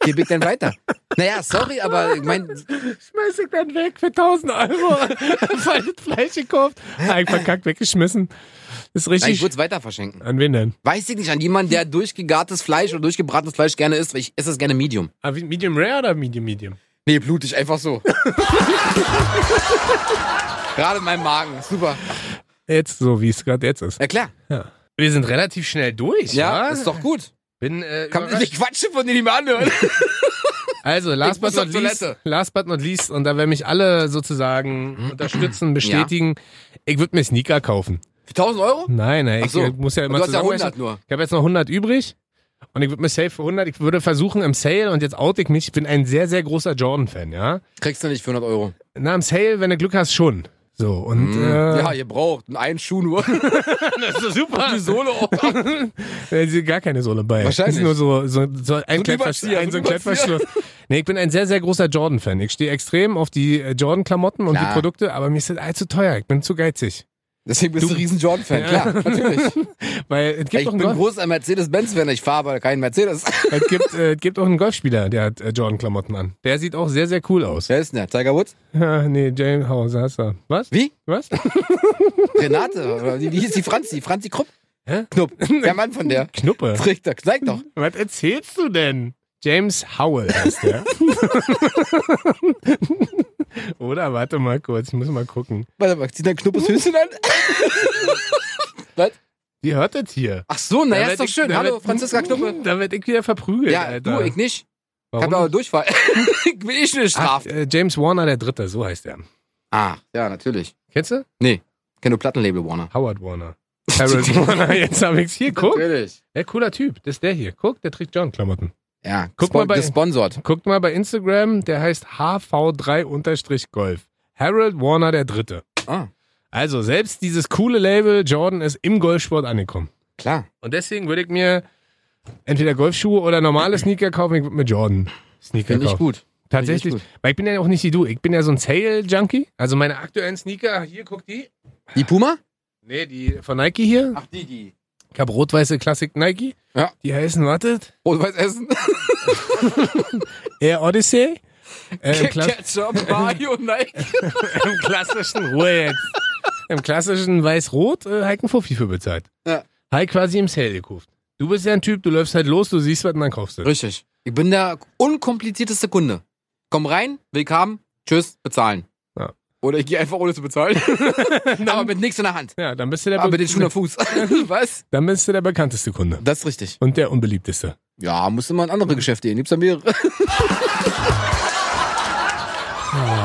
S1: Gebe ich dann weiter. Naja, sorry, aber ich mein,
S2: Schmeiß ich dann weg für 1000 Euro, weil das Fleisch gekauft. Ah, ich verkackt, weggeschmissen. Ist
S1: nein, ich
S2: richtig.
S1: würde es weiter verschenken.
S2: An wen denn?
S1: Weiß ich nicht, an jemanden, der durchgegartes Fleisch oder durchgebratenes Fleisch gerne isst, weil ich esse es gerne Medium.
S2: Ah, wie- Medium Rare oder Medium Medium?
S1: Nee, blutig, einfach so. Gerade mein Magen, super.
S2: Jetzt so, wie es gerade jetzt ist.
S1: Ja klar,
S2: Wir sind relativ schnell durch.
S1: ja,
S2: wa?
S1: ist doch gut.
S2: Bin, äh,
S1: Kann man
S2: überrascht.
S1: nicht quatschen, von denen ich mir anhören.
S2: Also, last
S1: Ich
S2: but,
S1: muss
S2: not
S1: auf
S2: least,
S1: Toilette.
S2: last but not least, und da werden mich alle sozusagen unterstützen, bestätigen, ich würde mir Sneaker kaufen.
S1: Für 1000 Euro?
S2: Nein, nein, ich
S1: Ach so.
S2: äh, muss ja immer
S1: Du hast ja
S2: zusammenrechnen.
S1: 100 nur.
S2: Ich habe jetzt noch 100 übrig und ich würde mir safe für 100, ich würde versuchen im Sale und jetzt oute ich mich, ich bin ein sehr, sehr großer Jordan-Fan, ja.
S1: Kriegst du nicht für 100 Euro.
S2: Na, im Sale, wenn du Glück hast, schon. So, und
S1: Mm.
S2: äh,
S1: Hm. Ja, ihr braucht einen Schuh nur.
S2: das ist super.
S1: Die Sohle auch.
S2: Äh, sie- gar keine Sohle bei.
S1: Wahrscheinlich.
S2: Ist nur so, so, so ein Klettverschluss.
S1: Überzieher,
S2: Ein, so ein
S1: so ein Überzieher.
S2: Klettverschluss. Nee, ich bin ein sehr, sehr großer Jordan-Fan. Ich stehe extrem auf die äh, Jordan-Klamotten und die
S1: Klar.
S2: Produkte, aber mir ist das allzu teuer. Ich bin zu geizig.
S1: Deswegen bist du, ein riesen Jordan-Fan, klar, natürlich.
S2: Weil es gibt
S1: ich
S2: auch einen,
S1: bin
S2: Golf,
S1: großer Mercedes-Benz-Fan, ich fahre aber keinen Mercedes.
S2: es gibt, äh, es gibt auch einen Golfspieler, der hat äh, Jordan-Klamotten an. Der sieht auch sehr, sehr cool aus.
S1: Wer ist denn der? Tiger Woods?
S2: Ja. Ah, nee, Jane Hauser hast du. Was?
S1: Wie?
S2: Was?
S1: Renate? Oder Wie wie hieß die Franzi? Franzi Krupp?
S2: Hä?
S1: Knupp. Der Mann von der.
S2: Knuppe.
S1: Trichter, zeig doch.
S2: Was erzählst du denn? James Howell heißt der. Oder warte mal kurz, ich muss mal gucken.
S1: Warte mal, zieht dein Knuppes Höschen an? Was?
S2: Die hört das hier.
S1: Ach so,
S2: Da
S1: naja,
S2: werd
S1: ist doch
S2: ich-
S1: schön.
S2: da
S1: Hallo,
S2: werd-
S1: Franziska Knuppe.
S2: Da werd ich wieder verprügelt,
S1: Uh. Ja,
S2: Alter.
S1: du, ich nicht. Ich
S2: Warum?
S1: hab aber Durchfall. ich bin eh schon
S2: Ach,
S1: gestraft.
S2: äh, James Warner der Dritte, so heißt er.
S1: Ah, ja, natürlich.
S2: Kennst du?
S1: Kenn du Plattenlabel, Warner?
S2: Howard Warner. Harold Warner, jetzt hab ich's hier. Guck,
S1: Natürlich.
S2: der cooler Typ, das ist der hier. Guck, der trägt John-Klamotten.
S1: Ja,
S2: Guck
S1: spon-
S2: mal bei-
S1: gesponsert.
S2: Guckt mal bei Instagram, der heißt HV3-Golf. Harold Warner der Dritte.
S1: Ah,
S2: Also selbst dieses coole Label Jordan ist im Golfsport angekommen.
S1: klar.
S2: Und deswegen würde ich mir entweder Golfschuhe oder normale Sneaker kaufen. Ich würde mir Jordan Sneaker
S1: Finde
S2: kaufen.
S1: ich gut.
S2: Tatsächlich,
S1: Finde ich
S2: weil ich bin ja auch nicht wie du. Ich bin ja so ein Sale-Junkie. Also meine aktuellen Sneaker, hier, guck die.
S1: Die Puma?
S2: Nee, die von Nike hier.
S1: Ach, die, die.
S2: Ich habe rot-weiße Klassik Nike.
S1: Ja.
S2: Die heißen, wartet,
S1: Rot-Weiß Oh, Essen.
S2: Air Odyssey. Äh, im, Kla
S1: Ketchup, Mayo, Nike.
S2: Im klassischen, Ruhe jetzt. Im klassischen weiß-rot, äh, Heiken Fuffi für bezahlt.
S1: Ja.
S2: Hei quasi im Sale gekauft. Du bist ja ein Typ, du läufst halt los, du siehst was und dann kaufst du.
S1: Richtig. Ich bin der unkomplizierteste Kunde. Komm rein, will haben, tschüss, bezahlen.
S2: Ja.
S1: Oder ich gehe einfach ohne zu bezahlen. Aber mit nichts in der Hand.
S2: Ja, dann bist du der,
S1: Aber
S2: be
S1: mit den Schuhen am Fuß. Was?
S2: dann bist du der bekannteste Kunde.
S1: Das ist richtig.
S2: Und der unbeliebteste.
S1: Ja, musst du mal in andere Geschäfte gehen. Gibt's da mehrere? Ah,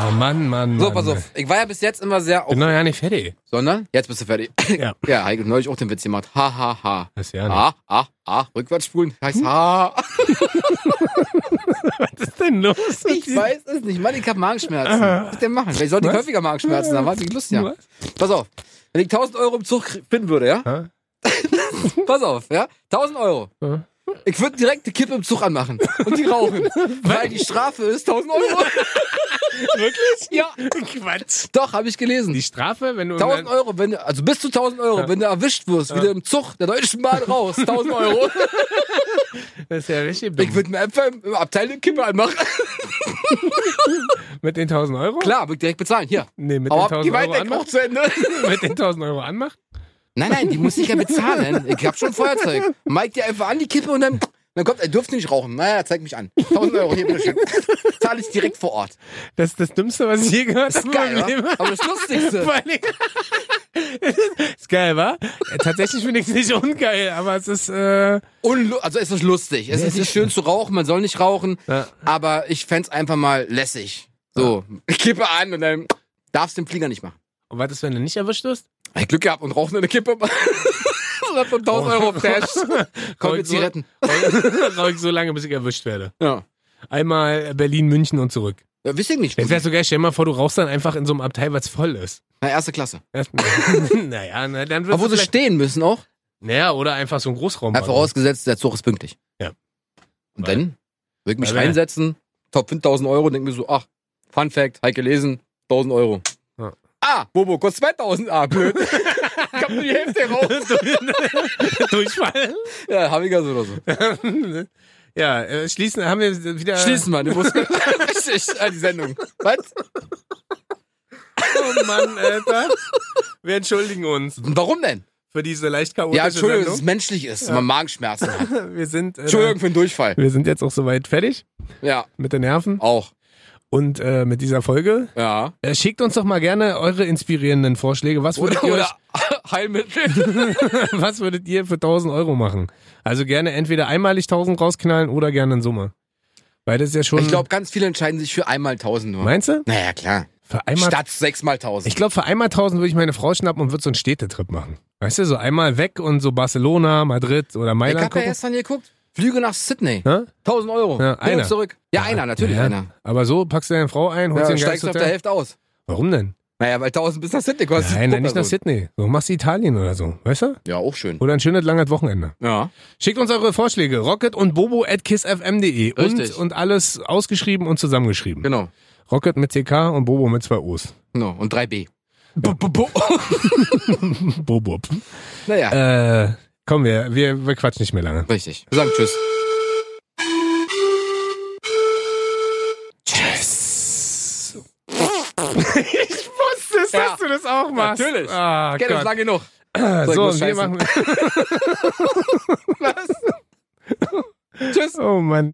S2: Oh, Mann, Mann, Mann.
S1: So, pass auf. Ich war ja bis jetzt immer sehr auf,
S2: Bin noch ja nicht fertig.
S1: sondern jetzt bist du fertig.
S2: Genau. Ja.
S1: Ja, Heike, neulich auch den Witz gemacht. Ha, ha, ha.
S2: Das ist ja nicht.
S1: Ah, ah, ah. Rückwärts spulen heißt ha.
S2: Was ist denn los?
S1: Ich weiß es nicht. Mann, ich hab Magenschmerzen. Was denn machen? Vielleicht sollte ich
S2: Was?
S1: häufiger Magenschmerzen haben. Hat ich Lust, ja. Pass auf. Wenn ich 1000 Euro im Zug finden würde, ja?
S2: Ja.
S1: Pass auf, ja? 1000 Euro. Ich würde direkt die Kippe im Zug anmachen und die rauchen. weil die Strafe ist 1000 Euro.
S2: Wirklich?
S1: ja,
S2: Quatsch.
S1: doch, habe ich gelesen.
S2: Die Strafe, wenn du.
S1: 1000 Euro, wenn du, also bis zu 1000 Euro, wenn du erwischt wirst, wieder im Zug der Deutschen Bahn raus. 1000 Euro.
S2: Das ist ja richtig dumm.
S1: Ich würde mir einfach im Abteil eine Kippe anmachen.
S2: Mit den 1000 Euro?
S1: Klar, würde ich direkt bezahlen. Hier.
S2: Nee, mit den
S1: Aber die
S2: 1000 Euro
S1: Weitdeck auch
S2: anmachen.
S1: zu Ende.
S2: Mit den 1000 Euro anmachen?
S1: Nein, nein, die muss ich ja bezahlen. Ich hab schon Feuerzeug. Mike dir einfach an die Kippe und dann. Dann kommt, er dürfte nicht rauchen. Naja, zeig mich an. 1000 Euro, hier, bitteschön. Zahle ich direkt vor Ort.
S2: Das ist das Dümmste, was ich je gehört habe. in
S1: Geil,
S2: meinem
S1: wa?
S2: Leben.
S1: Aber das Lustigste.
S2: Vor allen Dingen- ist geil, wa? Ja, Tatsächlich finde ich es nicht ungeil, aber es ist. Äh,
S1: Unlu also es ist lustig. Es
S2: Ja,
S1: ist
S2: es
S1: nicht
S2: ist-
S1: schön zu rauchen, man soll nicht rauchen.
S2: Ja.
S1: Aber ich fänd's einfach mal lässig. So, Kippe an und dann darfst du den Flieger nicht machen.
S2: und was ist, wenn du nicht erwischt wirst?
S1: Hab ich Glück gehabt und rauchen eine Kippe. und hab dann 1000
S2: Oh.
S1: Euro auf Cash. Komm, jetzt Zigaretten.
S2: Rauch ich so lange, bis ich erwischt werde.
S1: Ja.
S2: Einmal Berlin, München und zurück.
S1: ja. Wisst ihr nicht.
S2: Jetzt wärst du geil, stell dir mal vor, du rauchst dann einfach in so einem Abteil, was voll ist.
S1: Na, erste Klasse.
S2: Erst- naja, na, dann
S1: Aber
S2: wird
S1: wo sie stehen müssen auch.
S2: Naja, oder einfach so ein Großraum.
S1: Ja, vorausgesetzt, der Zug ist pünktlich.
S2: Ja.
S1: Und
S2: Weil-
S1: dann würde ich mich
S2: Weil wir-
S1: reinsetzen, top 5000 Euro und denke mir so, ach, Fun Fact, Heike gelesen, 1000 Euro.
S2: Ja.
S1: Ah, Bobo, kostet 2000, ah, blöd. ich hab nur die Hälfte raus.
S2: Durchfall.
S1: Ja, hab ich also oder so.
S2: ja, äh, schließen, haben wir wieder.
S1: Schließen wir, du musst richtig ah, die Sendung. Was?
S2: Oh Mann, Alter. Wir entschuldigen uns
S1: Und warum denn?
S2: für diese leicht chaotische
S1: Ja, Entschuldigung, dass es
S2: Sendung.
S1: menschlich ist, wenn man Magenschmerzen hat.
S2: Wir sind, äh,
S1: Entschuldigung für den Durchfall.
S2: wir sind jetzt auch soweit fertig
S1: Ja,
S2: mit den Nerven
S1: auch.
S2: und äh, mit dieser Folge.
S1: Ja.
S2: Äh, schickt uns doch mal gerne eure inspirierenden Vorschläge. Was würdet,
S1: Oder,
S2: ihr,
S1: oder Heilmittel.
S2: euch- was würdet ihr für 1000 Euro machen? Also gerne entweder einmalig 1000 rausknallen oder gerne in Summe. Weil das ist ja schon.
S1: Ich glaube, ganz viele entscheiden sich für einmal 1000 nur.
S2: meinst du?
S1: Naja, klar.
S2: Für einmal
S1: Statt sechsmal 1000.
S2: Ich glaube, für einmal 1000 würde ich meine Frau schnappen und würde so einen Städtetrip machen. Weißt du, so einmal weg und so Barcelona, Madrid oder
S1: Ich
S2: Mailand
S1: hab ja
S2: gucken.
S1: gestern geguckt. Flüge nach Sydney.
S2: Ja,
S1: 1000 Euro.
S2: Ja,
S1: Hin und
S2: einer.
S1: zurück. Ja, einer, natürlich
S2: ja.
S1: einer.
S2: Aber so packst du deine Frau ein, holst
S1: Ja,
S2: ja, den
S1: steigst auf der
S2: Geisthotel.
S1: Hälfte aus.
S2: Warum denn?
S1: Naja, weil 1000 bis nach Sydney kostet.
S2: Nein, nein, nicht
S1: Pro
S2: nach
S1: Person.
S2: Sydney. So machst du Italien oder so, weißt du?
S1: Ja, auch schön.
S2: Oder ein schönes langes Wochenende.
S1: Ja.
S2: Schickt uns eure Vorschläge. Rocket und Bobo at kissfm.de. Und,
S1: Richtig.
S2: und alles ausgeschrieben und zusammengeschrieben.
S1: Genau.
S2: Rocket mit CK und Bobo mit zwei O's.
S1: genau. Und 3B.
S2: Bobo.
S1: Naja,
S2: Äh, komm, wir, wir, wir quatschen nicht mehr lange.
S1: richtig. Wir sagen Tschüss.
S2: Oh Tschüss. Ich wusste es,
S1: Ja,
S2: dass du das auch machst.
S1: natürlich.
S2: Ah,
S1: Kennt uns
S2: Gott. Äh,
S1: lange genug.
S2: So,
S1: muss
S2: und wir
S1: scheißen.
S2: machen.
S1: Was? Tschüss.
S2: Oh Mann.